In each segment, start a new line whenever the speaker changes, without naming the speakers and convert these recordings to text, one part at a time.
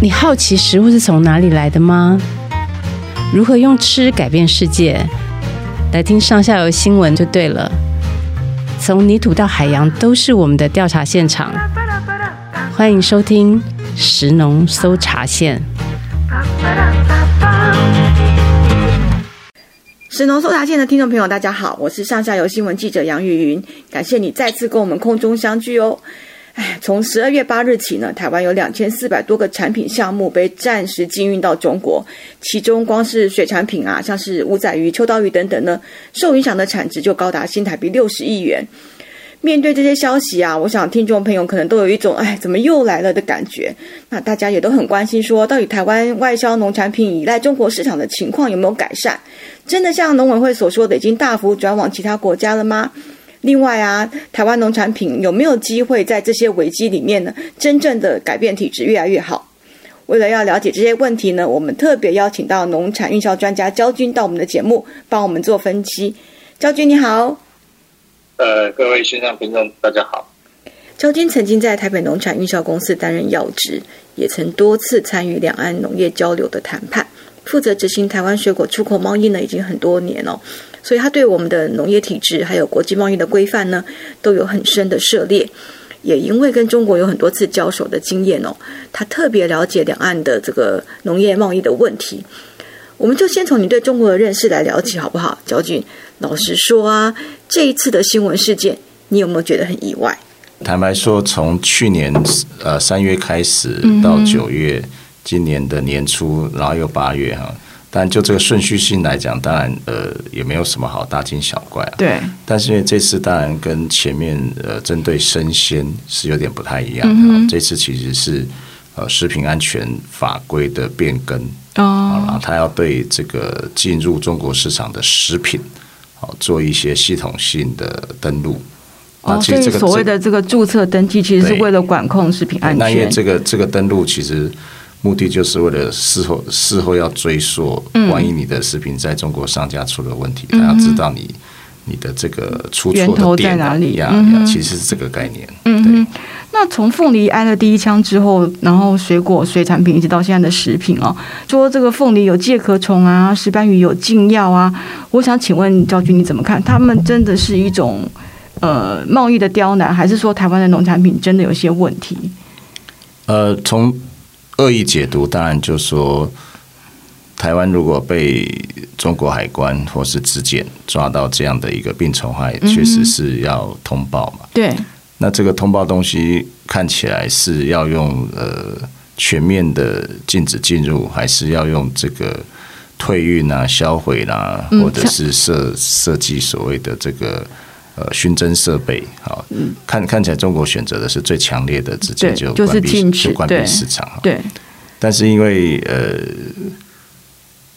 你好奇食物是从哪里来的吗？如何用吃改变世界？来听上下游新闻就对了。从泥土到海洋，都是我们的调查现场。欢迎收听《食农搜查线》。
石农搜查线的听众朋友，大家好，我是上下游新闻记者杨玉云，感谢你再次跟我们空中相聚哦。哎，从十二月八日起呢，台湾有两千四百多个产品项目被暂时禁运到中国，其中光是水产品啊，像是五仔鱼、秋刀鱼等等呢，受影响的产值就高达新台币六十亿元。面对这些消息啊，我想听众朋友可能都有一种“哎，怎么又来了”的感觉。那大家也都很关心说，到底台湾外销农产品依赖中国市场的情况有没有改善？真的像农委会所说的，已经大幅转往其他国家了吗？另外啊，台湾农产品有没有机会在这些危机里面呢，真正的改变体质，越来越好？为了要了解这些问题呢，我们特别邀请到农产运销专家焦军到我们的节目，帮我们做分析。焦军你好，
呃，各位线上听众，大家好。
焦军曾经在台北农产运销公司担任要职，也曾多次参与两岸农业交流的谈判，负责执行台湾水果出口贸易呢，已经很多年哦。所以他对我们的农业体制还有国际贸易的规范呢，都有很深的涉猎。也因为跟中国有很多次交手的经验哦，他特别了解两岸的这个农业贸易的问题。我们就先从你对中国的认识来了解好不好？焦俊，老实说啊，这一次的新闻事件，你有没有觉得很意外？
坦白说，从去年呃三月开始
嗯
到九月，今年的年初，然后又八月哈。但就这个顺序性来讲，当然呃也没有什么好大惊小怪啊。
对，
但是因为这次当然跟前面呃针对生鲜是有点不太一样
嗯
的哦、这次其实是呃食品安全法规的变更哦，然后它要对这个进入中国市场的食品好、做一些系统性的登录。
哦，所以所谓的这个注册登记，其实是
对
为了管控食品安
那因为
全。
这个这个登录其实目的就是为了事后事后要追溯，
嗯
万一你的食品在中国上架出了问题，他要知道你你的这个出
嗯源
错
头
的
在
点啊
哪里
呀
嗯
呀，其实是这个概念。
嗯
对
哼，那从凤梨挨了第一枪之后，然后水果、水产品一直到现在的食品哦，说这个凤梨有介壳虫啊，石斑鱼有禁药啊，我想请问赵军你怎么看？他们真的是一种呃贸易的刁难，还是说台湾的农产品真的有一些问题？
呃，从恶意解读，当然就说，台湾如果被中国海关或是质检抓到这样的一个病虫害，
嗯
确实是要通报嘛。
对，
那这个通报东西看起来是要用呃全面的禁止进入，还是要用这个退运啊、销毁啦、
嗯
或者是设设计所谓的这个呃熏蒸设备？好，看看起来中国选择的是最强烈的，直接
嗯对
就
就是
关闭
禁止
就关闭
对
市场。
对，
但是因为呃，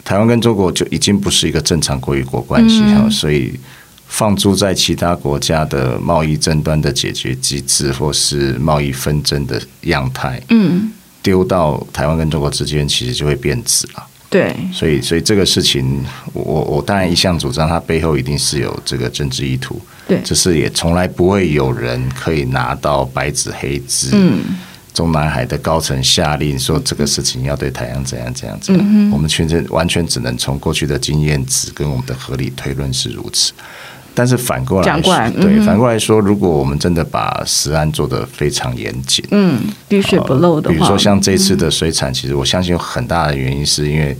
台湾跟中国就已经不是一个正常国与国关系哈、所以放诸在其他国家的贸易争端的解决机制，或是贸易纷争的样态，
嗯，
丢到台湾跟中国之间，其实就会变质了。
对，
所以，所以这个事情，我我我当然一向主张，它背后一定是有这个政治意图。
对
只是也从来不会有人可以拿到白纸黑字，
嗯，
中南海的高层下令说这个事情要对台湾怎样怎样怎样。
嗯
我们全全完全只能从过去的经验值跟我们的合理推论是如此。但是反过来
反过
说，
来嗯
对，
哼
反过来说，如果我们真的把食安做得非常严谨，
嗯，滴水不漏的话，
比如说像这次的水产，其实我相信有很大的原因是因为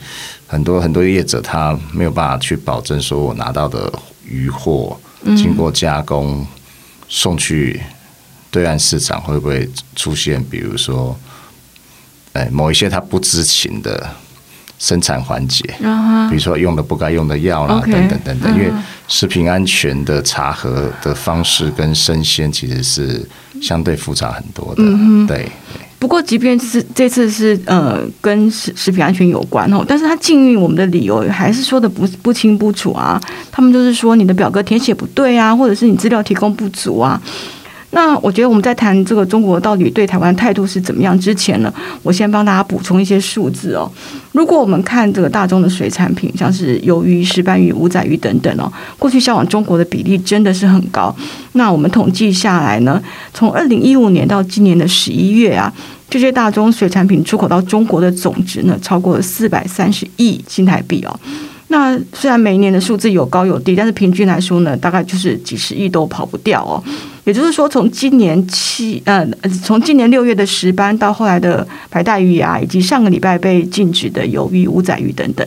很多很多业者他没有办法去保证说我拿到的鱼货
嗯
经过加工送去对岸市场会不会出现，比如说，哎某一些他不知情的生产环节，比如说用了不该用的药啦
啊 OK，嗯
等等等等，因为食品安全的查核的方式跟生鲜其实是相对复杂很多的，
嗯
对。
不过，即便是这次是呃跟食食品安全有关哦，但是他禁运我们的理由还是说的不不清不楚啊。他们就是说你的表格填写不对啊，或者是你资料提供不足啊。那我觉得我们在谈这个中国到底对台湾态度是怎么样之前呢，我先帮大家补充一些数字哦。如果我们看这个大众的水产品，像是鱿鱼、石斑鱼、五仔鱼等等哦，过去销往中国的比例真的是很高。那我们统计下来呢，从二零一五年到今年的十一月啊，这些大宗水产品出口到中国的总值呢，超过四百三十亿新台币哦。那虽然每一年的数字有高有低，但是平均来说呢，大概就是几十亿都跑不掉哦。也就是说，从今年七呃，从今年六月的石斑到后来的白带鱼啊，以及上个礼拜被禁止的鱿鱼、五仔鱼等等，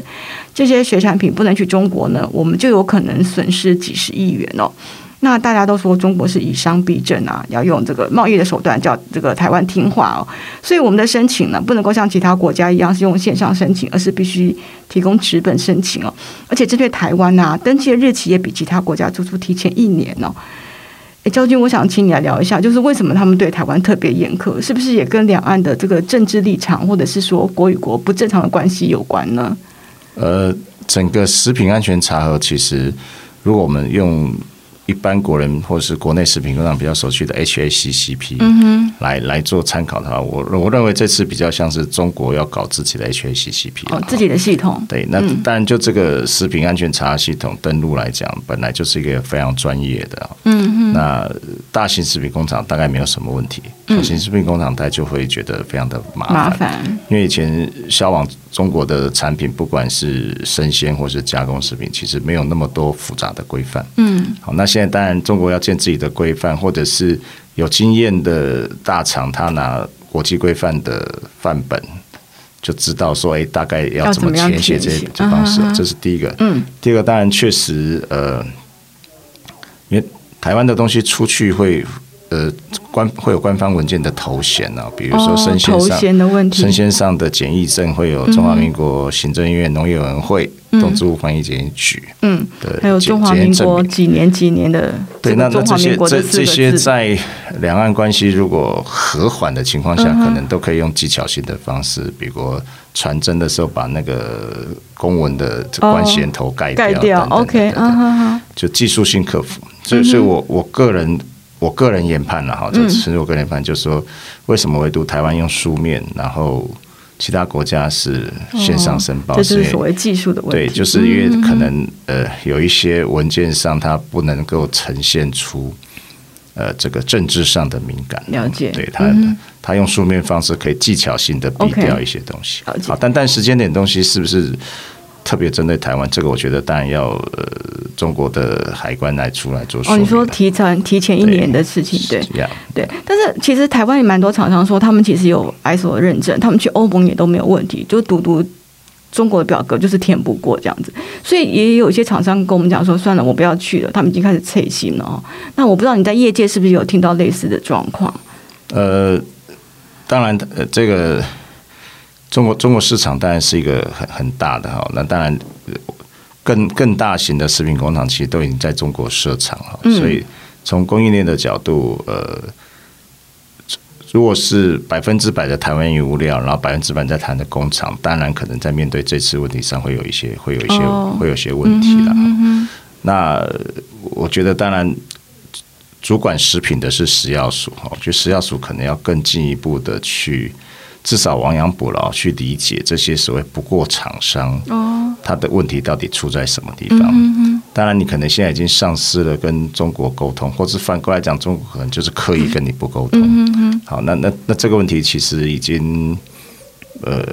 这些水产品不能去中国呢，我们就有可能损失几十亿元哦。那大家都说中国是以商逼政啊，要用这个贸易的手段叫这个台湾听话哦，所以我们的申请呢，不能够像其他国家一样是用线上申请，而是必须提供纸本申请哦。而且针对台湾啊，登记的日期也比其他国家足足提前一年哦。诶，昭君，我想请你来聊一下，就是为什么他们对台湾特别严苛，是不是也跟两岸的这个政治立场，或者是说国与国不正常的关系有关呢？
呃，整个食品安全查核，其实如果我们用一般国人或是国内食品工厂比较熟悉的 HACCP 来、来做参考的话，我我认为这次比较像是中国要搞自己的 HACCP 了
哦，自己嗯的系统，
啊对，那当然就这个食品安全查核系统登录来讲，本来就是一个非常专业的、嗯嗯。那大型食品工厂大概没有什么问题，小
嗯
型食品工厂大家就会觉得非常的麻
麻
烦，
烦，
因为以前销往中国的产品，不管是生鲜或是加工食品，其实没有那么多复杂的规范。
嗯，
好，那现在当然中国要建自己的规范，或者是有经验的大厂，他拿国际规范的范本。就知道说，哎、大概要
要
怎么
怎么样
填写这
填
些
写
这方式
嗯哼，哼
这是第一个。
嗯，
第二个当然确实，呃，因为台湾的东西出去会，呃，官会有官方文件的头衔啊，比如说
哦
生鲜
头
上、
衔的问题
生鲜上的检疫证会有中华民国行政院农业委员会、动植物防疫检疫局
嗯，
的
还有
检
中华
检验
民
证
国
明
几年几年的
对，
这
那
个
那
中
这
华民
些
国
这
的
这
四
些
个字，
在两岸关系如果和缓的情况
嗯
下，可能都可以用技巧性的方式，比如传真的时候把那个公文的官衔头盖
哦盖
掉
掉
等等
，OK，
等等
啊哈哈，
就技术性克服。所
嗯
以，所以我我个人我个人研判了哈，这其实我个人研判就是说，为什么唯独台湾用书面，然后其他国家是线上申报，
哦这
是因
是
为
所谓技术的问
啊对，
题，
就是因为
嗯
可能呃有一些文件上它不能够呈现出呃这个政治上的敏感，
了解嗯
对它、它用书面方式可以技巧性的避
OK
掉一些东西
了。解
好，但但时间点东西是不是？特别针对台湾，这个我觉得当然要呃中国的海关来出来做说
哦，
明
你
了。
说提前提前一
对
年的事情，对，
这样
对，但是其实台湾也蛮多厂商说，他们其实有 ISO 的认证，他们去欧盟也都没有问题，就独独中国的表格就是填不过这样子，所以也有一些厂商跟我们讲说，算了，我不要去了，他们已经开始撤心了哦。那我不知道你在业界是不是有听到类似的状况？
呃，当然，呃，这个中国中国市场当然是一个很很大的哈。那当然，呃更更大型的食品工厂其实都已经在中国设厂了，所以从供应链的角度，呃。如果是百分之百的台湾原物料，然后百分之百在台湾的工厂，当然可能在面对这次问题上会有一些会有一些、
哦
会有一些问题啦。那呃我觉得，当然主管食品的是食药署哦哈，我觉得食药署可能要更进一步的去，至少亡羊补牢去理解这些所谓不过厂商
哦，
它的问题到底出在什么地方。当然，你可能现在已经丧失了跟中国沟通，或是反过来讲，中国可能就是刻意跟你不沟通。好，那那那这个问题其实已经。呃，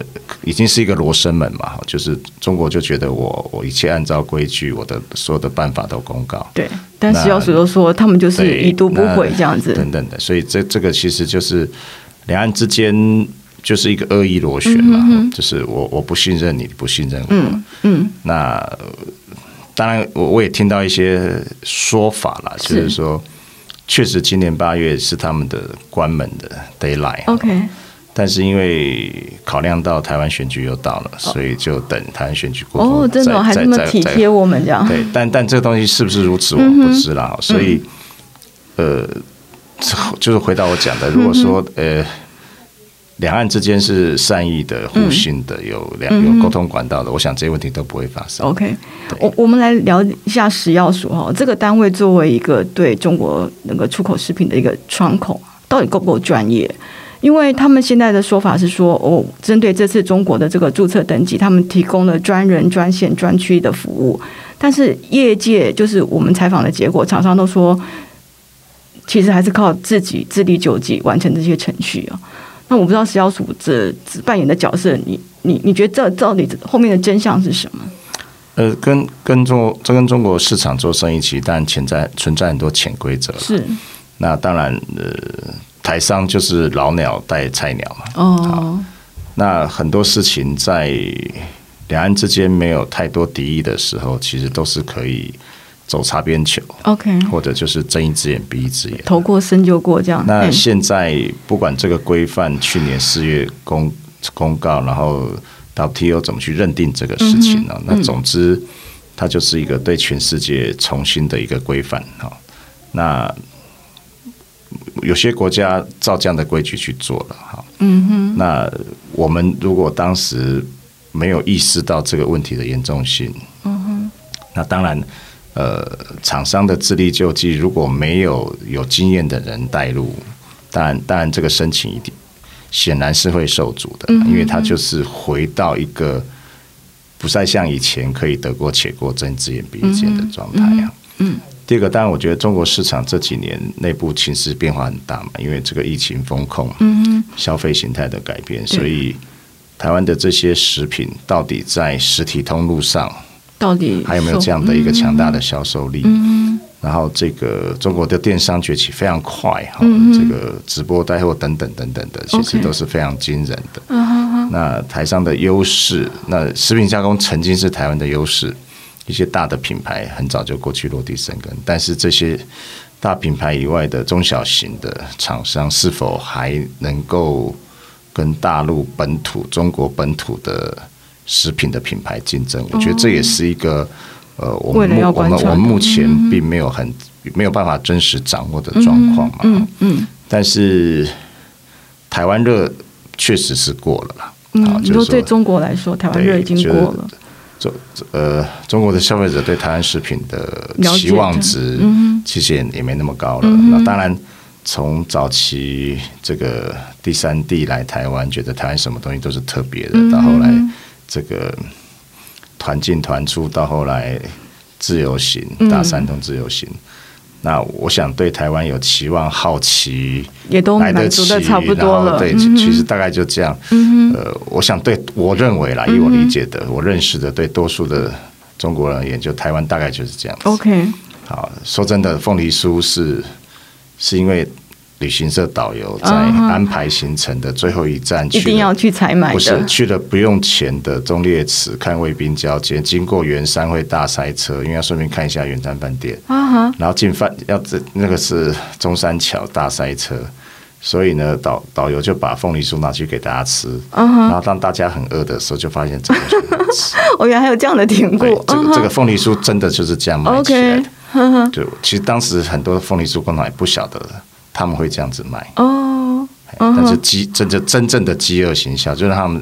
已经是一个罗生门嘛，哦就是中国就觉得我我一切按照规矩，我的所有的办法都公告，
对，但食药署都说他们就是
对
已读不回
那
这样子，
等等的，所以这这个其实就是两岸之间就是一个恶意螺旋嘛，就是我我不信任你，你不信任我，嗯
嗯
那呃当然我我也听到一些说法啦，就是是说确实今年八月是他们的关门的 d a y l i g h t
，OK，
但是因为考量到台湾选举又到了，所以就等台湾选举过后
哦，真的哦、
再
还这
再
么
再
体
再
贴我们这样，
对，但但这个东西是不是如此，我们不知啦。所以，呃，就是回到我讲的，如果说呃，两岸之间是善意的、互信的，有两有沟通管道的，我想这些问题都不会发生。
OK，我我们来聊一下食药署哈，这个单位作为一个对中国那个出口食品的一个窗口，到底够不够专业？因为他们现在的说法是说，哦，针对这次中国的这个注册登记，他们提供了专人、专线、专区的服务，但是业界就是我们采访的结果，厂商都说，其实还是靠自己自力救济完成这些程序啊。那我不知道食药署这这扮演的角色，你你你觉得这到底后面的真相是什么？
呃，跟跟中这跟中国市场做生意，其实当然潜在存在很多潜规则。
是
那当然，呃，台商就是老鸟带菜鸟嘛。
哦，
那很多事情在两岸之间没有太多敌意的时候，其实都是可以走擦边球，
，OK，
或者就是睁一只眼闭一只眼。
头过身就过这样。
那
嗯
现在不管这个规范去年四月公公告，然后 WTO 怎么去认定这个事情
嗯
呢、那总之，它就是一个对全世界重新的一个规范哈、哦那有些国家照这样的规矩去做了哈、
嗯哼，
那我们如果当时没有意识到这个问题的严重性，
嗯哼，
那当然，呃，厂商的自力救济如果没有有经验的人带入，当然，当然这个申请一定显然是会受阻的，因为它就是回到一个不再像以前可以得过且过、睁一只眼闭一只眼的状态啊。第二个，当然，我觉得中国市场这几年内部情势变化很大嘛，因为这个疫情风控，嗯，消费形态的改变，所以台湾的这些食品到底在实体通路上
到底
还有没有
说
这样的一个强大的销售力？然后这个中国的电商崛起非常快哈，这个直播带货等等等等的，其实
OK
都是非常惊人的。那台上的优势，那食品加工曾经是台湾的优势，一些大的品牌很早就过去落地生根，但是这些大品牌以外的中小型的厂商是否还能够跟大陆本土、中国本土的食品的品牌竞争？我觉得这也是一个呃，我
未
们目
来哦要
我
观
们
察
我
的
们目前并没有很没有办法真实掌握的状况嘛。
嗯嗯，
但是台湾热确实是过了啦。啊
嗯，
就
你
是
说对中国来说，台湾
对
热已经
就是
过了，
中呃，中国的消费者对台湾食品的
了解嗯
期望值，其实也也没那么高了。那当然，从早期这个第三地来台湾，觉得台湾什么东西都是特别的，
嗯
到后来这个团进团出，到后来自由行，
嗯
大三通自由行。那我想对台湾有期望、好奇，
也都
来得
满足
及，
的差不
然
多
后
了。嗯
对，其其实大概就这样。呃，我想对我认为啦，以
嗯
我理解的，我认识的，对多数的中国人而言，就台湾大概就是这样子。
嗯 OK，
好，说真的，凤梨酥是是因为旅行社导游在
啊哈
安排行程的最后一站去
一
了，
定要去采买
不是
的。
去了不用钱的中烈祠看卫兵交接，经过圆山会大塞车，因为要顺便看一下圆山饭店。
啊哈，
然后进饭要这那个是中山桥大塞车，所以呢导导游就把凤梨酥拿去给大家吃，
啊
然后当大家很饿的时候，就发现怎么就能吃。
哦，原来还有这样的典故
对，。这
嗯
个
哼
这个凤梨酥真的就是这样卖起来
OK，嗯
的。就其实当时很多凤梨酥工厂也不晓得他们会这样子卖，
哦，
但是饥真正真正的饥饿行销，就让他们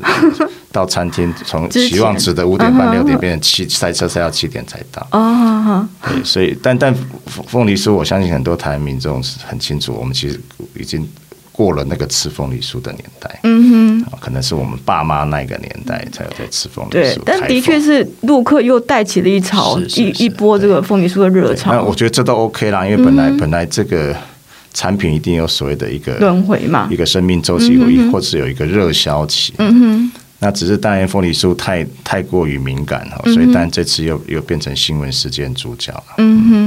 到餐厅从
之前
期望值的五点
嗯
半六点变成七塞车塞到七点才到。
哦，好好，
对，所以但但凤凤梨酥，我相信很多台湾民众是很清楚，我们其实已经过了那个吃凤梨酥的年代。嗯哼，可能是我们爸妈那个年代才有在吃凤梨
对
酥。，
但
台
的
凤
确是陆客又带起了一潮
是是
一
是
一波这个凤梨酥的热
对那
潮
我觉得这都 OK 啦，因为本来、本来这个产品一定有所谓的一个
轮回嘛
一。个生命周期，有一或是有一个热销期。嗯哼。那只是当然，凤梨酥太太过于敏感哈，所以当然这次又又变成新闻事件主角了。
嗯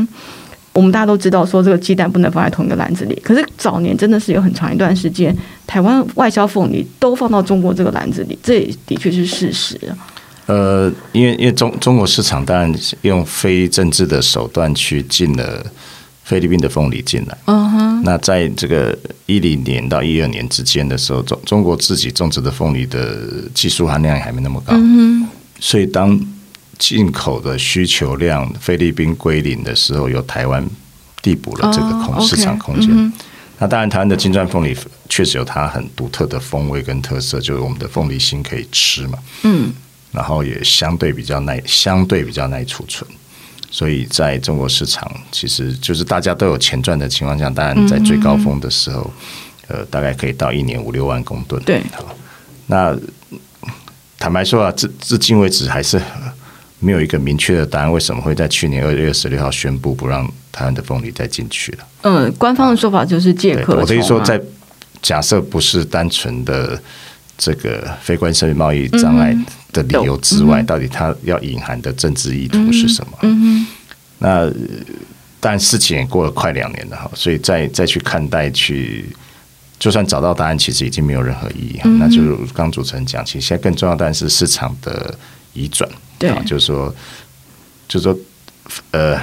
我们大家都知道说这个鸡蛋不能放在同一个篮子里，可是早年真的是有很长一段时间，台湾外销凤梨都放到中国这个篮子里，这也的确是事实啊。
呃，因为因为中中国市场当然是用非政治的手段去进了菲律宾的凤梨进来。
嗯哼，
那在这个一零年到一二年之间的时候，中中国自己种植的凤梨的技术含量还没那么高，所以当进口的需求量菲律宾归零的时候，由台湾递补了这个空、
哦，OK，
市场空间。那当然，台湾的金钻凤梨确实有它很独特的风味跟特色，就是我们的凤梨心可以吃嘛，
嗯，
然后也相对比较耐，相对比较耐储存。所以在中国市场，其实就是大家都有钱赚的情况下，当然在最高峰的时候，呃，大概可以到一年五六万公吨。
对
好，那坦白说啊，至至今为止还是呃没有一个明确的答案，为什么会在去年二月十六号宣布不让台湾的凤梨再进去了？
嗯，官方的说法就是借
对，
壳虫嘛。
我的意思说，在假设不是单纯的这个非关税贸易障碍的理由之外，到底它要隐含的政治意图是什么？
嗯
那呃但事情也过了快两年了哈，所以再再去看待去，就算找到答案，其实已经没有任何意义。啊那就刚主持人讲，其实现在更重要，但是市场的移转，
对
啊就是说，就是说，呃，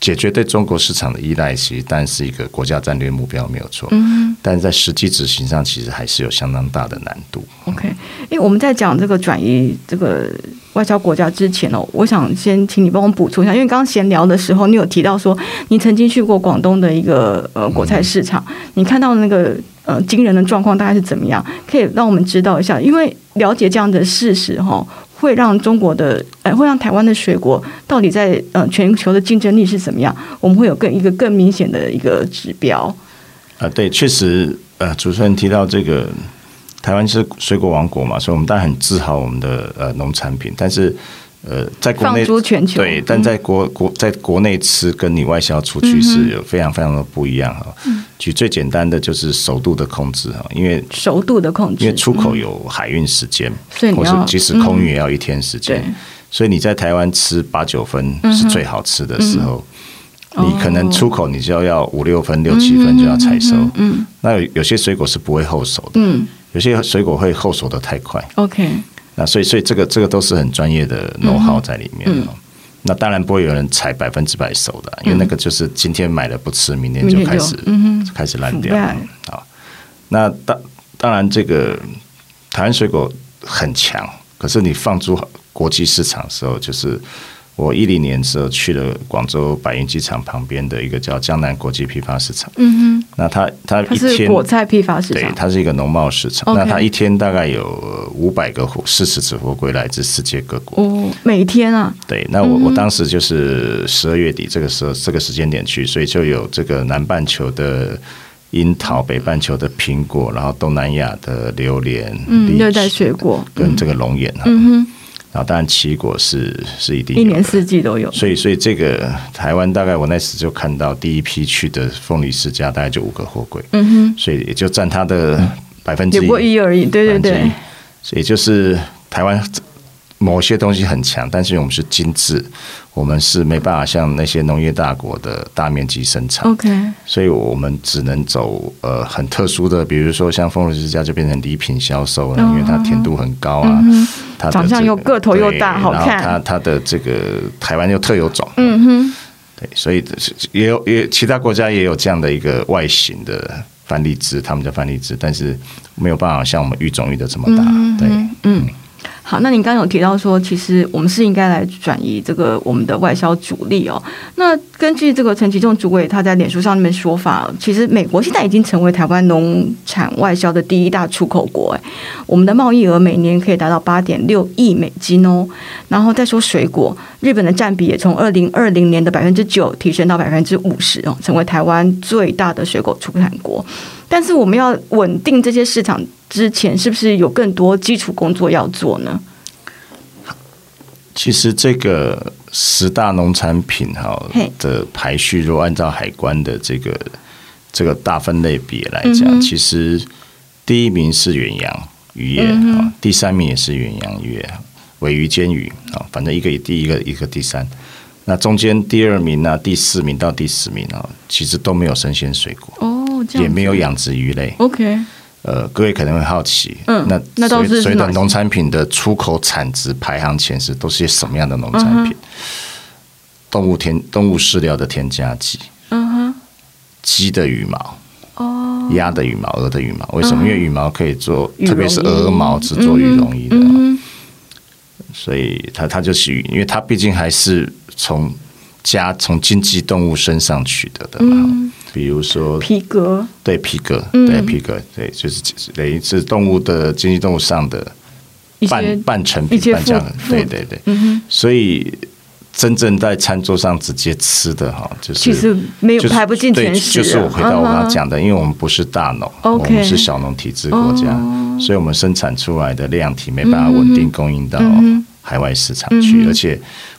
解决对中国市场的依赖，其实当然是一个国家战略目标没有错，嗯，但是在实际执行上，其实还是有相当大的难度。
哼，OK。因为我们在讲这个转移这个外交国家之前哦，我想先请你帮我补充一下，因为刚刚闲聊的时候，你有提到说你曾经去过广东的一个呃果菜市场，
嗯
你看到那个呃惊人的状况大概是怎么样？可以让我们知道一下，因为了解这样的事实哈、哦。会让中国的，呃，会让台湾的水果到底在呃全球的竞争力是怎么样？我们会有更一个更明显的一个指标。
啊，对，确实，呃，主持人提到这个，台湾是水果王国嘛，所以我们当然很自豪我们的呃农产品，但是呃，在国内
放诸全球嗯
对，但在国国在国内吃跟你外销出去是有非常非常的不一样哈、
嗯
举最简单的就是熟度的控制哈，因为
熟度的控制，
因为出口有海运时间，
嗯所以你
或是
要嗯
即使空运也要一天时间，
对嗯
所以你在台湾吃八九分是最好吃的时候，你可
哦
能出口你就要五六分、六七分就要采收。嗯，那有有些水果是不会后熟的，
嗯
有些水果会后熟的太快。
，OK，
那所以，所以这个这个都是很专业的
嗯
know how 在里面、哦那当然不会有人采百分之百熟的啊，因为那个就是今天买了不吃，明天
嗯明
就
天
开
就
始
嗯
开始烂掉
腐败
了。好，那当当然这个台湾水果很强，可是你放出国际市场的时候，就是我一零年的时候去了广州白云机场旁边的一个叫江南国际批发市场。
嗯
那它它
哼，它
一
是
天
果菜批发市
对，
场，
它是一个农贸市场。
OK
那它一天大概有五百个货，四十只货柜来自世界各国。
哦，每天啊，
对，那我、我当时就是十二月底这个时候这个时间点去，所以就有这个南半球的樱桃、北半球的苹果，然后东南亚的榴莲、
嗯，
荔
热带
枝
水果，
跟这个龙眼哈。
嗯
然后当然奇异果是是一定
哼，一
有
年
的
四季都有，
所以，所以这个台湾大概我那时就看到第一批去的凤梨世家大概就五个货柜，
嗯哼，
所以也就占它的百分之
也
一。
不过一而已，对对对，，
所以就是台湾某些东西很强，但是因为我们是精致，我们是没办法像那些农业大国的大面积生产，
OK，
所以我们只能走呃很特殊的，比如说像丰乳之家就变成礼品销售啊了，因为它甜度很高啊，它的
哦嗯长相
这
又个头又
对
大好
然后
看
它它的这个台湾又特有种，
嗯哼，
对，所以也有也其他国家也有这样的一个外形的番荔枝，他们叫番荔枝，但是没有办法像我们育种育的这么大。对，
嗯。好，那您刚刚有提到说，其实我们是应该来转移这个我们的外销主力哦。那根据这个陈其仲主委他在脸书上面说法，哦其实美国现在已经成为台湾农产外销的第一大出口国，哎，我们的贸易额每年可以达到八点六亿美金哦。然后再说水果，日本的占比也从二零二零年的百分之九提升到百分之五十哦，成为台湾最大的水果出产国。但是我们要稳定这些市场之前，是不是有更多基础工作要做呢？
其实这个十大农产品哈
嘿
的排序，如果按照海关的这个这个大分类比来讲，
嗯
其实第一名是远洋渔业啊、
嗯
第三名也是远洋渔业，尾鱼、煎鱼啊、反正一个第一个一个第三。那中间第二名啊、第四名到第十名啊、其实都没有生鲜水果，
哦，这样
也没有养殖鱼类。
OK，
呃，各位可能会好奇，
嗯
那
那到底是
所以
哪
的
些
农产品的出口产值排行前十都是些什么样的农产
嗯
品？动物添动物饲料的添加剂，
嗯
鸡的羽毛、
哼，哦，嗯
鸭的羽毛、鹅的羽毛，为什么？因为羽毛可以做，
羽绒衣
特别是鹅毛是做羽绒衣的，
嗯
所以它它就是羽，因为它毕竟还是从家从经济动物身上取得的嘛，比如说
嗯皮革，
对皮革，
嗯
对皮革，对，就是等于是动物的经济动物上的
一些
半半成
一
品、
些嗯
半
附
酱，
附
对对对，所以真正在餐桌上直接吃的哈，就是
其实没有
就是
排不进前十啊
对，就是我回到我刚
嗯哼
刚讲的，因为我们不是大农
OK 哦
我们是小农体制国家，所以我们生产出来的量体没办法稳定供应到
嗯
海外市场去，而且。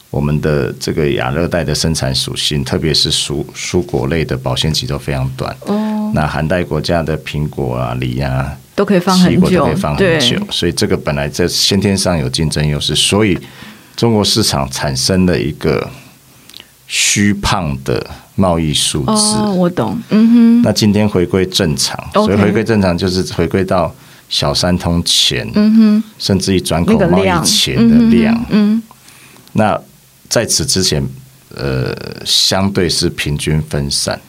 我们的这个亚热带的生产属性，特别是蔬蔬果类的保鲜期都非常短，
哦，
那寒带国家的苹果啊、梨啊、
都可以放
西
很
瓜都
久
可以放，很
对，
久，所以这个本来在先天上有竞争优势，所以中国市场产生了一个虚胖的贸易数字。
哦，我懂，嗯哼，
那今天回归正常，所
OK
以回归正常就是回归到小三通前，
嗯哼，
甚至于转口
那个
贸
量
易前的量。
嗯
那在此之前，呃，相对是平均分散，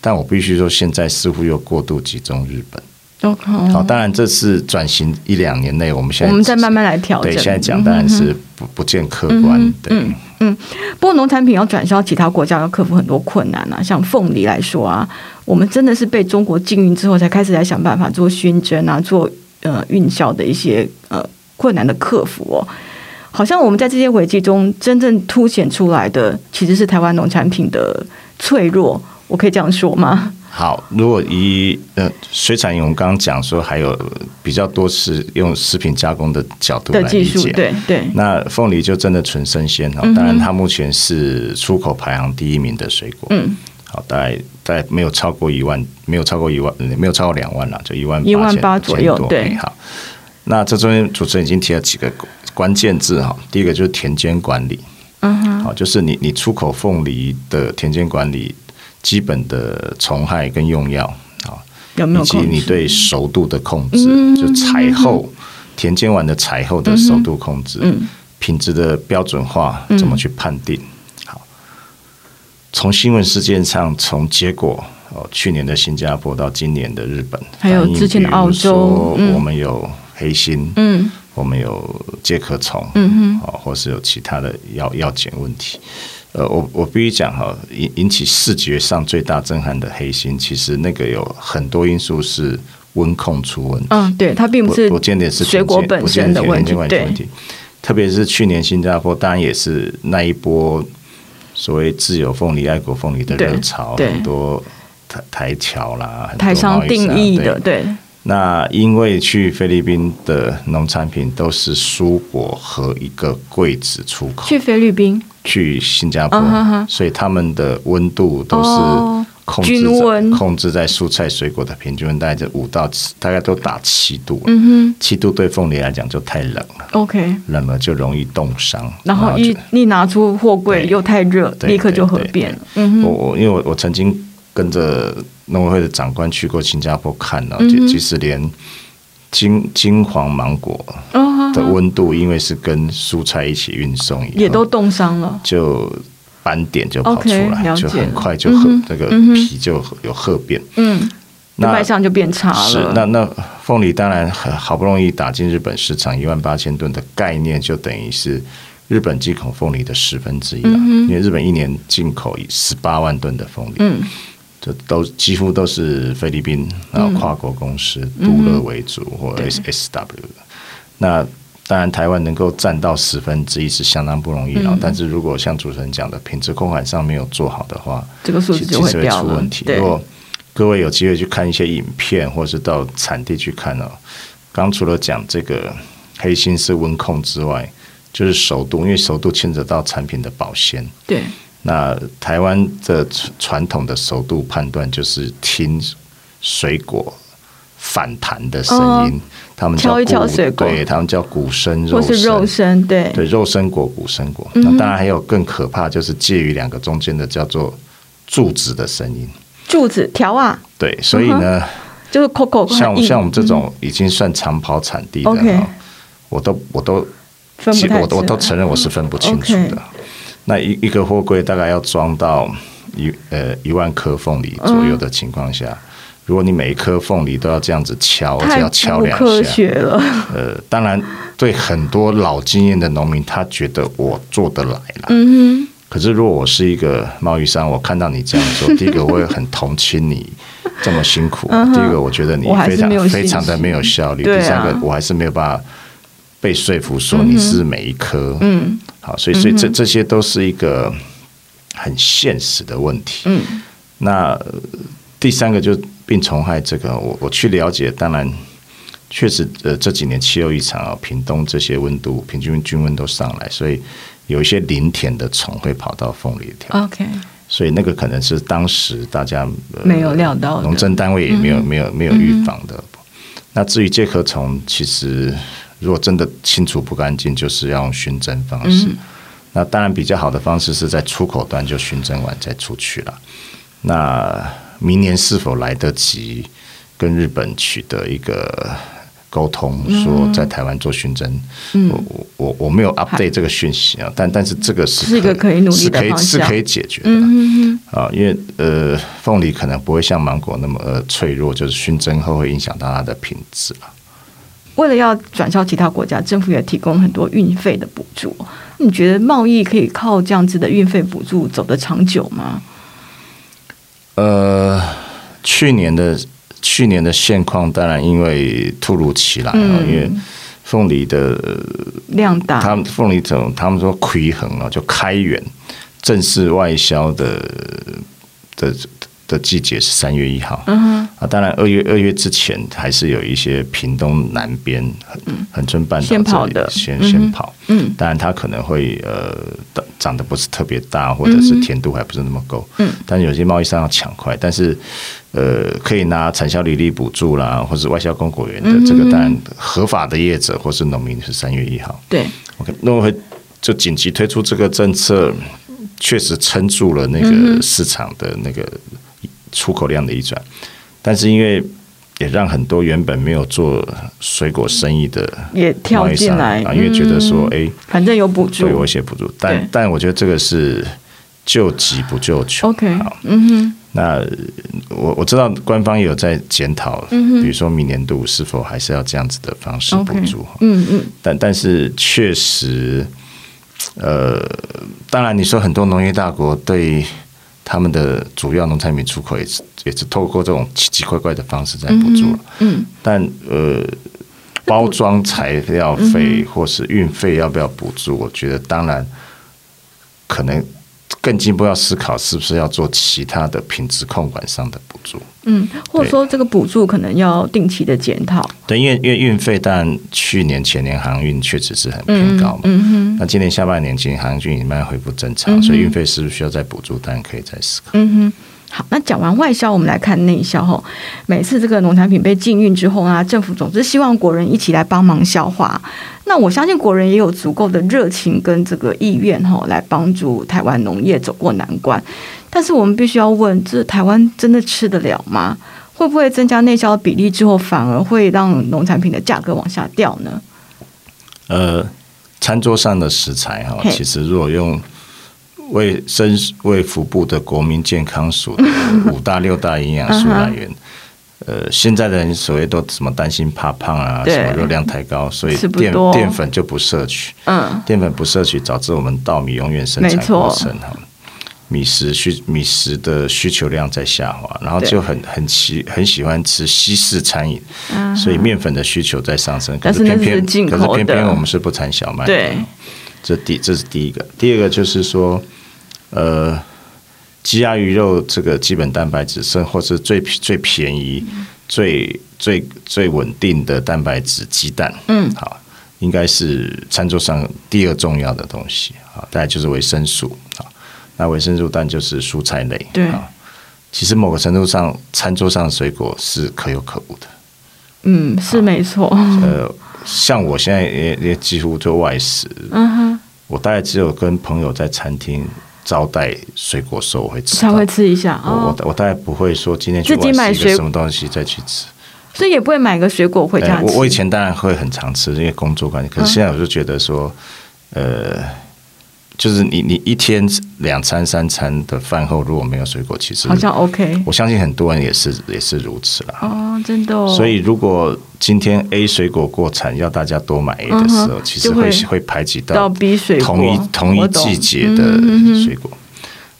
但我必须说，现在似乎又过度集中日本。
，OK，
好、当然这是转型一两年内，我们现在
哦我们再慢慢来调整。嗯
对现在讲当然是不不见客观的。对
不过农产品要转销其他国家，要克服很多困难啊。像凤梨来说啊，我们真的是被中国禁运之后，才开始来想办法做熏蒸啊，做呃运销的一些呃困难的克服哦。好像我们在这些危机中，真正凸显出来的其实是台湾农产品的脆弱，我可以这样说吗？
好，如果以呃水产业，我们刚刚讲说还有呃比较多是用食品加工的角度
的
来
技
理
术，
解。
对对，嗯
那凤梨就真的纯生鲜哈，当然它目前是出口排行第一名的水果，
嗯，
好，大概大概没有超过一万，没有超过一万，呃没有超过两万啦，就一万
18,000左右对
好，那这中间主持人已经提了几个关键字哈，第一个就是田间管理，
嗯哼，
好，就是你你出口凤梨的田间管理基本的虫害跟用药，好，
有没有
以及
控
你
制？嗯
对熟度的控制，就采后田间完的采后的熟度控制，
嗯
品质的标准化怎么去判定？好，从新闻事件上，从结果哦，去年的新加坡到今年的日本，
还有
反映
之前的澳洲
比如
嗯
说我们有黑心，
嗯
我们有介壳虫，
嗯
哦，或是有其他的药药检问题。呃，我我必须讲哈，引引起视觉上最大震撼的黑心，其实那个有很多因素是温控出问题。
嗯，对，它并
不
不是
不见得是
水果
田间
本
不见
身
得
的
田
问
间
题，
管理
对
问，题，特别是去年新加坡，当然也是那一波所谓自由凤梨、爱国凤梨的
对
热潮，
对
很多台台侨啦，很多
台商
贸易
定
商
义
啊对
的，对，
那因为去菲律宾的农产品都是蔬果和一个柜子出口，
去菲律宾，
去新加坡
嗯哼哼
所以他们的温度都
哦
是控制在、
均温
控制在蔬菜水果的平均温，大概在五到七，大概都打七度了。
嗯
七度对凤梨来讲就太冷了，
哼，OK。
冷了就容易冻伤。
然后
就
一一拿出货柜
对
又太热，
对
立刻就合
对对
变
对
了。嗯
我
哼，
我因为我我曾经跟着农委会的长官去过新加坡看了，
嗯
其
哼
其实连金金黄芒果
哦
的温度，因为是跟蔬菜一起运送以后，
也都冻伤了。
就斑点就跑出
OK，了
来，
解
就很快就褐
嗯哼
那个
嗯哼
皮就有褐变。
嗯，就
那
卖相就变差了。
是那那凤梨当然很好不容易打进日本市场一万八千吨的概念，就等于是日本进口凤梨的十分之一
嗯
了，因为日本一年进口十八万吨的凤梨，
嗯
这都几乎都是菲律宾然后跨国公司独乐为主或
嗯对
S S W 的。那当然，台湾能够占到十分之一是相当不容易了。
嗯
但是如果像主持人讲的，品质控管上没有做好的话，
这个数字
其
就
其实会
掉
出
了。
问题。
对
如，果各位有机会去看一些影片，或是到产地去看哦，刚除了讲这个黑心是温控之外，就是熟度，因为熟度牵扯到产品的保鲜。
对，
那台湾的传传统的熟度判断就是听水果反弹的声音，他们叫
哦敲一敲
鼓
水果
对他们叫鼓声、
或
肉
是
声、
肉身，对，嗯
对肉身果、鼓声果。那当然还有更可怕，就是介于两个中间的叫做柱子的声音。
柱子条啊，
对，所以呢，
嗯就是 Coco
像像我们
嗯
这种已经算长跑产地的，
OK
哈我都我都
分不
其
太
我都我都
清嗯
承认我是分不清楚的。
OK
那一一个货柜大概要装到一呃一万颗凤梨左右的
嗯
情况下，如果你每一颗凤梨都要这样子敲，而且要
太
敲
不
两
科
下，
学了。
呃，当然对很多老经验的农民，他觉得我做得来了。
嗯
可是如果我是一个贸易商，我看到你这样做，第一个我会很同情你这么辛苦，第一个我觉得你
嗯我还
非
是
常
没有信
非常的没有效率，
对啊
第三个我还是没有办法被说服说你是每一颗，
哼，嗯
好，所以所以这这些都是一个很现实的问题。
嗯，
那呃第三个就是病虫害这个，我我去了解，当然确实呃这几年气候异常啊，屏东这些温度平均均温都上来，所以有一些林田的虫会跑到凤梨条，
，OK，
所以那个可能是当时大家、呃
没有料到的嗯
农政单位也没有、没有没有预防的。那至于介壳虫，其实如果真的清除不干净，就是要用熏蒸方式。
嗯
那当然比较好的方式是在出口端就熏蒸完再出去了。那明年是否来得及跟日本取得一个沟通，说在台湾做熏蒸？
嗯
我我我我没有 update 这个讯息啊，但但是这个是
是一个可以努力的
是可以
方向嗯
是可以解决的啦。啊，因为呃，凤梨可能不会像芒果那么呃脆弱，就是熏蒸后会影响到它的品质啊。
为了要转销其他国家，政府也提供很多运费的补助。你觉得贸易可以靠这样子的运费补助走得长久吗？
呃，去年的去年的现况，当然因为突如其来啊，
嗯
因为凤梨的呃
量
他
大，
们凤梨总他们说亏衡啊，就开源正式外销的的的季节是三月一号。嗯啊，当然二月二月之前还是有一些屏东南边恒恒春半岛
嗯先跑
这里
的
先先跑。
嗯，
当然它可能会呃长长得不是特别大，或者是
嗯
甜度还不是那么够。嗯，但是有些贸易商要抢快，但是呃可以拿产销履历补助啦，或是外销供果园的、
嗯
这个，当然合法的业者或是农民是三月一号。
对，
OK，那我会就紧急推出这个政策，确实撑住了那
嗯
个市场的那个出口量的一转，但是因为也让很多原本没有做水果生意的
也跳
贸易
进
商
来嗯
啊，因为觉得说，哎、
反正有补助
对。我一些补助，
对
但但我觉得这个是救急不救穷。
OK，
好
嗯哼，
那呃我我知道官方也有在检讨，
嗯
比如说明年度是否还是要这样子的方式补
OK
助。
嗯嗯，
但但是确实，呃，当然你说很多农业大国对他们的主要农产品出口也是也是透过这种奇奇怪怪的方式在补助了，
嗯，
但呃。包装材料费或是运费要不要补助？我觉得当然，可能更进一步要思考是不是要做其他的品质控管上的补助。
嗯，或者说这个补助可能要定期的检讨。
对，因为因为运费，但去年前年航运确实是很偏高嘛。
嗯
那今年下半年其实航运已经慢慢恢复正常，所以运费是不是需要再补助？当然可以再思考。
哼，嗯哼。好，那讲完外销，我们来看内销吼。每次这个农产品被禁运之后啊，政府总是希望国人一起来帮忙消化。那我相信国人也有足够的热情跟这个意愿吼，来帮助台湾农业走过难关。但是我们必须要问，这台湾真的吃得了吗？会不会增加内销的比例之后，反而会让农产品的价格往下掉呢？
呃，餐桌上的食材哈
嘿，
其实如果用卫生卫福部的国民健康署 的五大六大营
嗯
养素来源。呃，现在的人所谓都什么担心怕胖啊，
对
什么热量太高，所以
吃不
淀
多
淀粉就不摄取。
嗯，
淀粉不摄取，导致我们稻米永远生
没
产
错
过剩哈，米食需米食的需求量在下滑，然后
对
就很很喜很喜欢吃西式餐饮，所以面粉的需求在上升，可
嗯但是
偏
那是
偏
进口
可是偏偏
的
我们是不产小麦的，
对，
这第这是第一个，第二个就是说，呃，鸡鸭鱼肉这个基本蛋白质，甚或是最最便宜、最最最稳定的蛋白质，鸡蛋，嗯，好，应该是餐桌上第二重要的东西啊，再来就是维生素啊，那维生素蛋就是蔬菜类，
对
啊，其实某个程度上，餐桌上的水果是可有可无的，
嗯，是没错。
呃，像我现在也也几乎就外食，
嗯哼，
我大概只有跟朋友在餐厅招待水果的时候，我会吃
稍
到。
微吃一下
我
哦，
我我大概不会说今天去
自己买
外吃一
水
个什么东西再去吃。
所以也不会买个水果回
哎
家吃。嗯
我我以前当然会很常吃，因为工作关系。可是现在我就觉得说，呃，就是你你一天两餐三餐的饭后如果没有水果，其实
好像 OK
我相信很多人也是也是如此啦。
哦，真的、哦。
所以，如果今天 A 水果过产，要大家多买 A 的时候，
嗯哼
其实
就
会
会
会排挤
到
到
B 水果
呃同一同
我
一
懂
季节的水
嗯
果。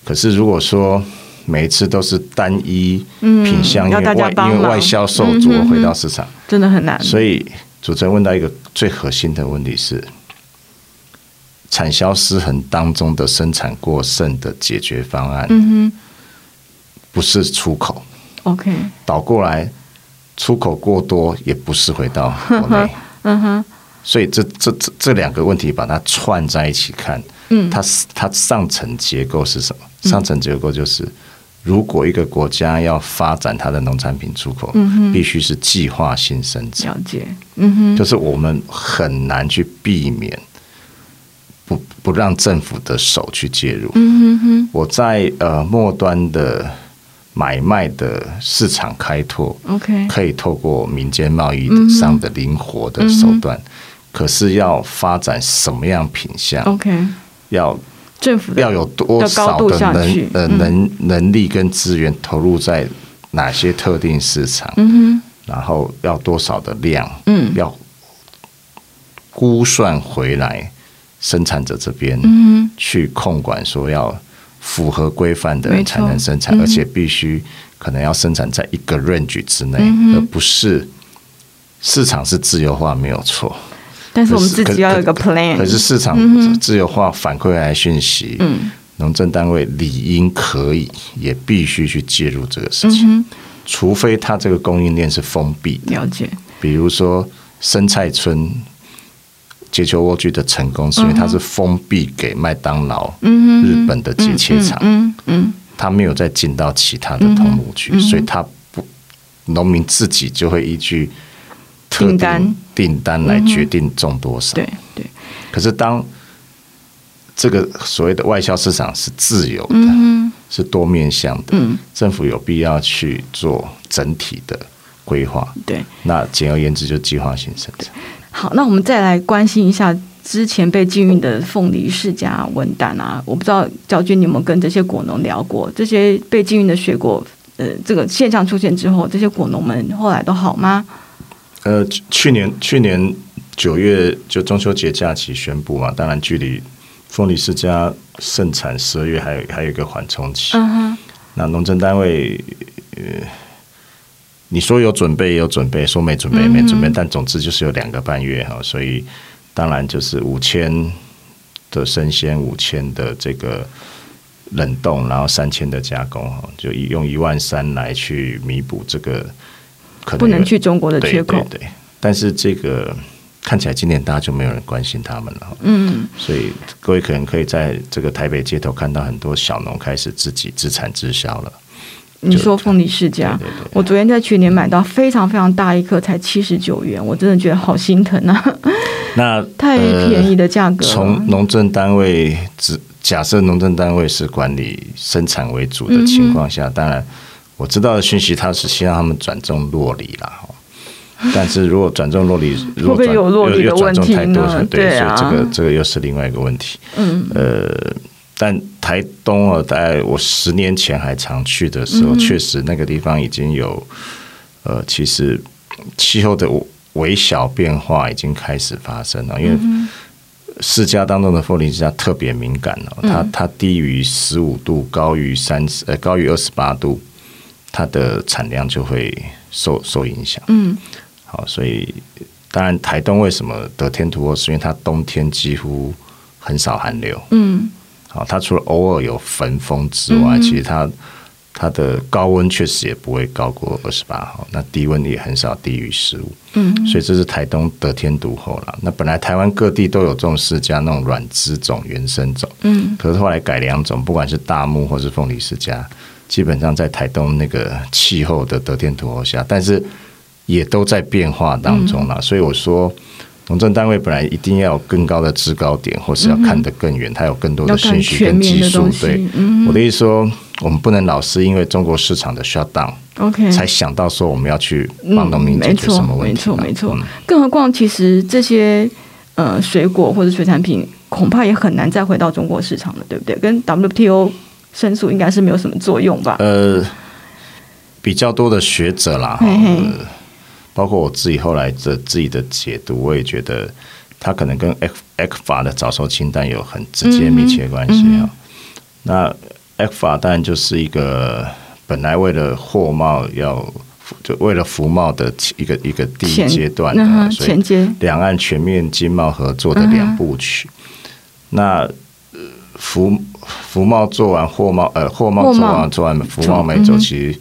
可是如果说每一次都是单一品相，
嗯要
因
大
为
家
外
帮
因为
忙
外销受阻
嗯哼
回到市场，
真的很难。
所以主持人问到一个最核心的问题是：产销失衡当中的生产过剩的解决方案，
嗯
不是出口。
哼，OK，
倒过来，出口过多也不是回 到国内。
嗯哼，
所以这这这这两个问题把它串在一起看，嗯，它它上层结构是什么？上层结构就是，如果一个国家要发展它的农产品出口，
嗯
必须是计划性生产。
了解，嗯哼，
就是我们很难去避免不不让政府的手去介入。
嗯哼哼，
我在呃末端的买卖的市场开拓，
OK，
可以透过民间贸易的上的灵活
嗯
的手段，可是要发展什么样品相，
OK，
要
政府的
啊要有多
高
少
度
的
下去
能呃
嗯
能能力跟资源投入在哪些特定市场，
嗯
然后要多少的量，
嗯
要估算回来生产者这边
嗯
去控管，说要符合规范的
没
人
错
才能生产，
嗯
而且必须可能要生产在一个 range 之内，
嗯哼
而不是市场是自由化没有错，
哼，但是我们
可是
自己要有一个
可
plan，
可是市场
嗯哼
自由化反馈来讯息，
嗯
农政单位理应可以也必须去介入这个事情，
嗯
除非它这个供应链是封闭
哼，
的，
了解，
比如说生菜村。结球莴苣的成功是因为它是封闭给麦当劳、
嗯哼，
日本的结切厂，
嗯嗯
它没有再进到其他的通路去，所以它不农民自己就会依据特
订
定
单嗯
订单来决定种多少。
对对，
可是当这个所谓的外销市场是自由的，
嗯
是多面向的，
嗯
政府有必要去做整体的规划。
对。
那简而言之，就计划性生产。
好，那我们再来关心一下之前被禁运的凤梨世家、文旦啊，我不知道昭君你有没有跟这些果农聊过，这些被禁运的水果，呃，这个现象出现之后，这些果农们后来都好吗？
呃，去去年去年九月就中秋节假期宣布嘛，当然距离凤梨世家盛产十二月还有还有一个缓冲期。
嗯哼，
那农政单位，呃，你说有准备也有准备，说没准备也没准
嗯
备，但总之就是有两个半月哈，所以当然就是五千的生鲜，五千的这个冷冻，然后三千的加工哈，就一用一万三来去弥补这个可能
不能
有
去中国的
对
缺口。
对对，但是这个看起来今年大家就没有人关心他们了哈。
嗯，
所以各位可能可以在这个台北街头看到很多小农开始自己自产自销了。
你嗯说凤梨世家，
对对对
我昨天在去年买到非常非常大一颗，才七十九元，我真的觉得好心疼啊，
那
太便宜
的、
的价格了。
呃从农政单位只假设农政单位是管理生产为主
嗯
的情况下，当然我知道的讯息，他是希望他们转种洛梨啦。哦但是如果转种洛 梨，如果
会不会
转
有洛梨的
又又转种太多
问题呢
了对，
对啊
所以这个这个又是另外一个问题。
嗯
呃，但台东啊，大概我十年前还常去的时
嗯
候，确、实那个地方已经有呃，其实气候的微小变化已经开始发生了，因为。
嗯
世家当中的凤梨之家特别敏感哦，
嗯
它它低于十五度，高于三十呃高于二十八度，它的产量就会受受影响。
嗯
好，所以当然台东为什么得天独厚，是因为它冬天几乎很少寒流。
嗯
好，它除了偶尔有焚风之外，其实它它的高温确实也不会高过二十八号，那低温也很少低于十五，
嗯，
所以这是台东得天独厚了。那本来台湾各地都有这种世家那种软枝种、原生种，
嗯，
可是后来改良种，不管是大木或是凤梨世家，基本上在台东那个气候的得天独厚下，但是也都在变化当中
嗯
啦。所以我说。农政单位本来一定要有更高的制高点，或是要看得更远，它有更多
要
的信
看
息
全
跟
面
技
的
术
东。西
对，。
嗯
我的意思说，我们不能老是因为中国市场的 shutdown、
，OK，
才想到说我们要去帮农民解
没
决
错
什么问题啊、
没错，没错
嗯。
更何况，其实这些呃水果或者水产品，恐怕也很难再回到中国市场了，对不对？跟 WTO 申诉应该是没有什么作用吧？
呃，比较多的学者啦，哈
嘿嘿
呃包括我自己后来的自己的解读，我也觉得它可能跟 F F 法的早收清单有很直接密切关
嗯
系啊、那 F 法当然就是一个本来为了货贸要就为了服贸的一个一个第一
前
阶段的
嗯
啊，
哼
所以
前阶，
两岸全面经贸合作的两部曲。那呃服服贸做完，货贸呃货贸
货
做
贸
完，做完服贸没
嗯
走，其实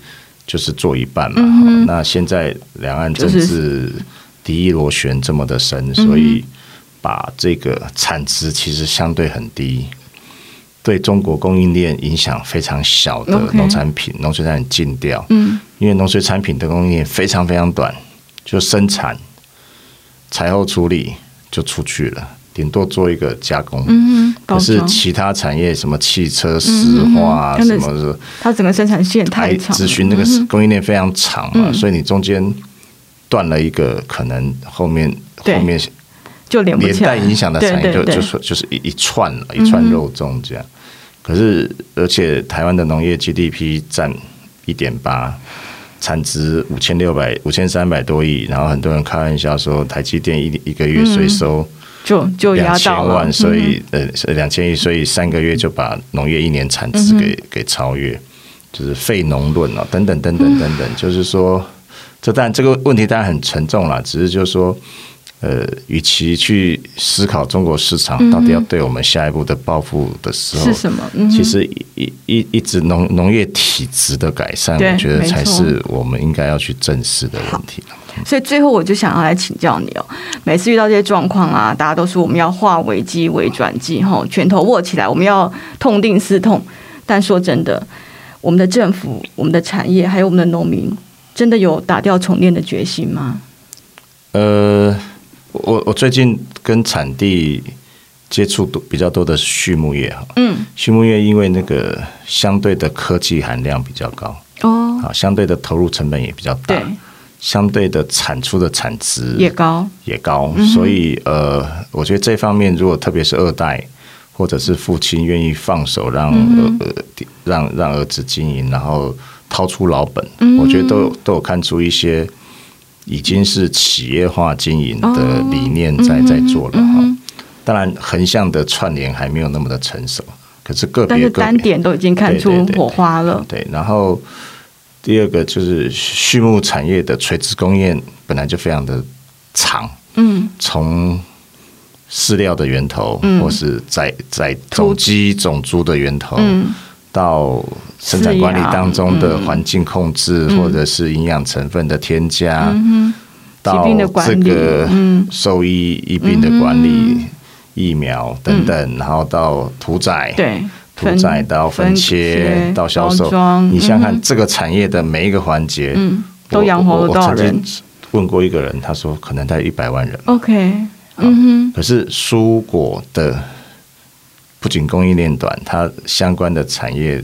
就是做一半嘛。哦那现在两岸政
就
治敌意螺旋这么的
嗯
深，所以把这个产值其实相对很低。对中国供应链影响非常小的
OK
农产品、农水产品禁掉，
嗯，
因为农水产品的供应链非常非常短，就生产、采后处理就出去了，顶多做一个加工。
嗯哼，包
可是
装，嗯
其他产业，什么汽车、石化、啊
真
什
的
么的，
它整个生产线
还
太长了，
咨询那个
嗯哼
供应链非常长嘛，
嗯
所以你中间断了一个，可能后面
对
后面
就连不
连
起来，
带影响的产业
对
就
对嗯对
就是就是一一串了，一串肉粽这样。可是，而且台湾的农业 GDP 占一点八，产值五千六百五千三百多亿，然后很多人开玩笑说台积电一一个
嗯
月税收
就就
两
压
千
到
万，
了，嗯
所以呃是两千亿，所以三个月就把农业一年产
嗯
值给、给超越，就是废农论哦，等等等等等等，就是说，这当然这个问题当然很沉重啦，只是就是说。呃，与其去思考中国市场到底要对我们下一步的报复的时候，
嗯是什么？嗯哼
其实一一一一直农农业体质的改善，
对
我觉得
没
才
错
是我们应该要去正视的问题。
所以最后我就想要来请教你哦，每次遇到这些状况啊，大家都说我们要化危机为转机，吼，拳头握起来，我们要痛定思痛。但说真的，我们的政府、我们的产业还有我们的农民，真的有打掉重练的决心吗？
呃，我我最近跟产地接触多比较多的是畜牧业哈，
嗯，
畜牧业因为那个相对的科技含量比较高，
哦，
啊，相对的投入成本也比较大
对，，
相对的产出的产值
也高，
也高，
嗯
所以呃，我觉得这方面如果特别是二代或者是父亲愿意放手让
嗯
呃呃让让儿子经营，然后掏出老本，
嗯
我觉得都有都有看出一些已经是企业化经营的理念
哦
在、
嗯
在做了哈。当然，横向的串联还没有那么的成熟，可是个
但
别
是
个
单
别
点都已经看
对
出
对对
火花了。
对，然后第二个就是畜牧产业的垂直供应链本来就非常的长。
嗯，
从饲料的源头，
嗯
或是宰宰
屠
种鸡种猪的源头，
嗯
到生产管理
饲养
当中的环境控
啊
制，
嗯
或者是营养成分的添加，到
疾病的管
这
理
个
嗯
兽医疫病的管理、疫苗等
嗯
等，然后到屠宰，
对，
屠宰到分切到销售
包装，
你想想
嗯
看这个产业的每一个环节，
嗯，
我
都养活
我
了
我
多少
曾经
人哦
问过一个人，他说可能大概一百万人。
？OK，嗯哼，
可是蔬果的不仅供应链短，它相关的产业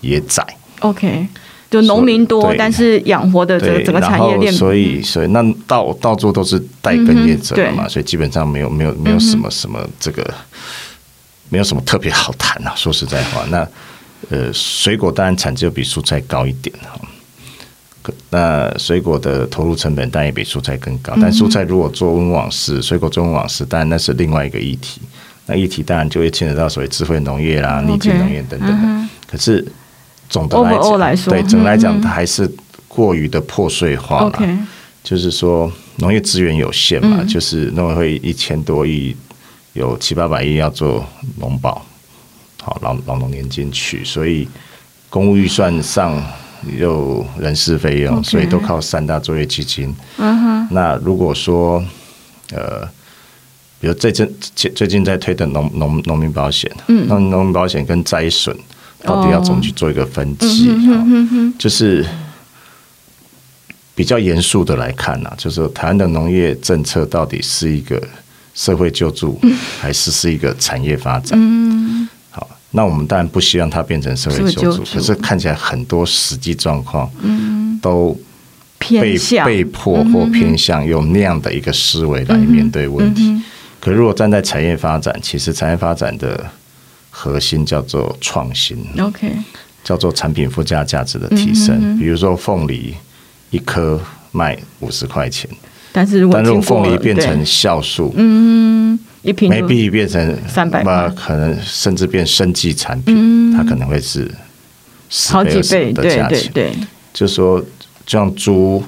也窄，
OK，就农民多，
对
但是养活的这个整个
然
产
后
业链，
所以所以那到到处都是代耕业者了
嗯
嘛，
哼对
所以基本上没有没有没有什么什么这个没有什么特别好谈啊。说实在话，那呃，水果当然产值又比蔬菜高一点哈。可那水果的投入成本当然也比蔬菜更高，
嗯
但蔬菜如果做温网式，水果做温网式，当然那是另外一个议题。那议题当然就会牵扯到所谓智慧农业啦、
OK 嗯
逆境农业等等的。可是总的来
Overall
讲，
来说
对总的来
嗯
讲，它还是过于的破碎化了。
OK，
就是说农业资源有限嘛，
嗯
就是农委会一千多亿，有七八百亿要做农保，好老老农年金去，所以公务预算上又人事费用
OK
所以都靠三大作业基金。
嗯哼，
那如果说呃。比如最近最最近在推的农农农民保险，
嗯
那农民保险跟灾损到底要怎么去做一个分析？
嗯
哦
哼哼哼，
就是比较严肃的来看呢、啊，就是说台湾的农业政策到底是一个社会救助，还是是一个产业发展？
嗯，
好，那我们当然不希望它变成社会救
社
助，
会救助嗯
可是看起来很多实际状况，都被
偏向
被迫或偏向用那样的一个思维来
嗯
面对问题。可如果站在产业发展，其实产业发展的核心叫做创新。
OK，
叫做产品附加价值的提
嗯
升。比如说凤梨一颗卖五十块钱，
但是如果
但如
经
果
过
凤梨
了
变成
对
酵素
嗯一瓶就
，maybe 变成那
300块嗯
可能甚至变生技产品，它可能会是十
好
倍
几
二十
倍，
的
对
价
对
钱。
对，
就是说，就像猪。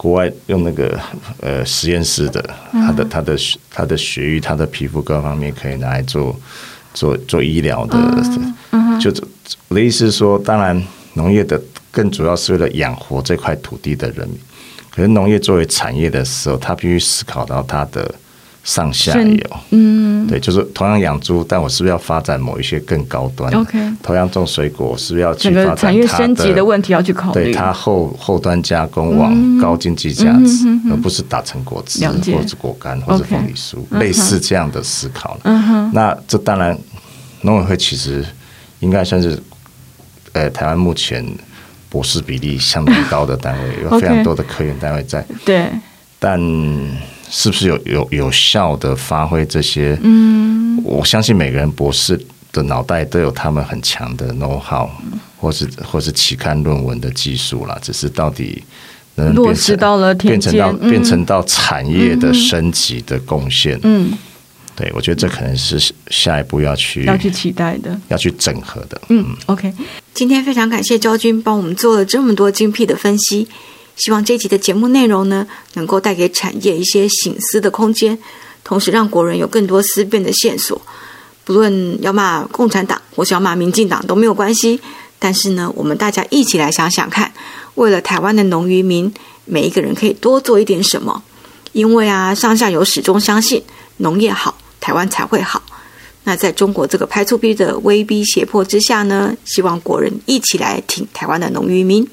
国外用那个呃实验室的，它
嗯
的它的它的血液、它的皮肤各方面可以拿来做做做医疗的，
啊
嗯
嗯
就这我的意思是说，当然农业的更主要是为了养活这块土地的人民，可是农业作为产业的时候，它必须思考到它的上下
甚
游，
嗯
嗯，对，就是同样养猪，但我是不是要发展某一些更高端的
OK
同样种水果，我是不是要去
整
发
个
展
产业
它
升级的问题要去考虑嗯
对它后后端加工往高经济价值，而不是打成果汁
了解
或者果干或者
OK
凤梨酥类似这样的思考了。
嗯哼，
那这当然，农委会其实应该算是，呃，台湾目前博士比例相当高的单位，有
OK
非常多的科研单位在，
对，
但是不是有有有效的发挥这些？
嗯，
我相信每个人博士的脑袋都有他们很强的 know how，或是或是期刊论文的技术啦，只是到底能不能
落
变
实
成
到了田
变成到
间，嗯
变成到产业的升级的贡献，
嗯，
对我觉得这可能是下一步要去
要去期待的，
要去整合的，
嗯，OK，
今天非常感谢昭君帮我们做了这么多精辟的分析，希望这集的节目内容呢，能够带给产业一些醒思的空间，同时让国人有更多思辨的线索。不论要骂共产党或是要骂民进党都没有关系，但是呢，我们大家一起来想想看，为了台湾的农渔民，每一个人可以多做一点什么。因为啊，上下游始终相信农业好，台湾才会好。那在中国这个拍出币的威逼胁迫之下呢，希望国人一起来挺台湾的农渔民。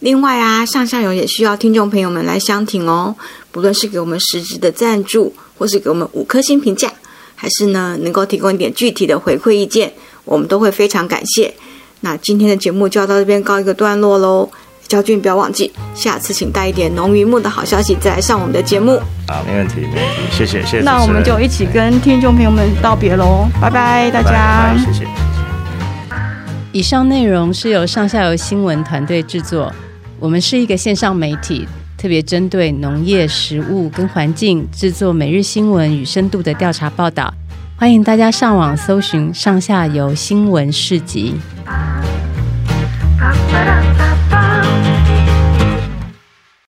另外啊，上下游也需要听众朋友们来相挺哦，不论是给我们实质的赞助，或是给我们五颗星评价，还是呢能够提供一点具体的回馈意见，我们都会非常感谢。那今天的节目就要到这边告一个段落喽。焦俊，不要忘记，下次请带一点农渔牧的好消息再来上我们的节目。
啊，没问题，没问题，谢谢，谢谢主持人。
那我们就一起跟听众朋友们道别喽，拜拜，大
拜
家。
拜谢谢。
以上内容是由上下游新闻团队制作，我们是一个线上媒体，特别针对农业、食物跟环境制作每日新闻与深度的调查报道。欢迎大家上网搜寻上下游新闻市集。
Ba ba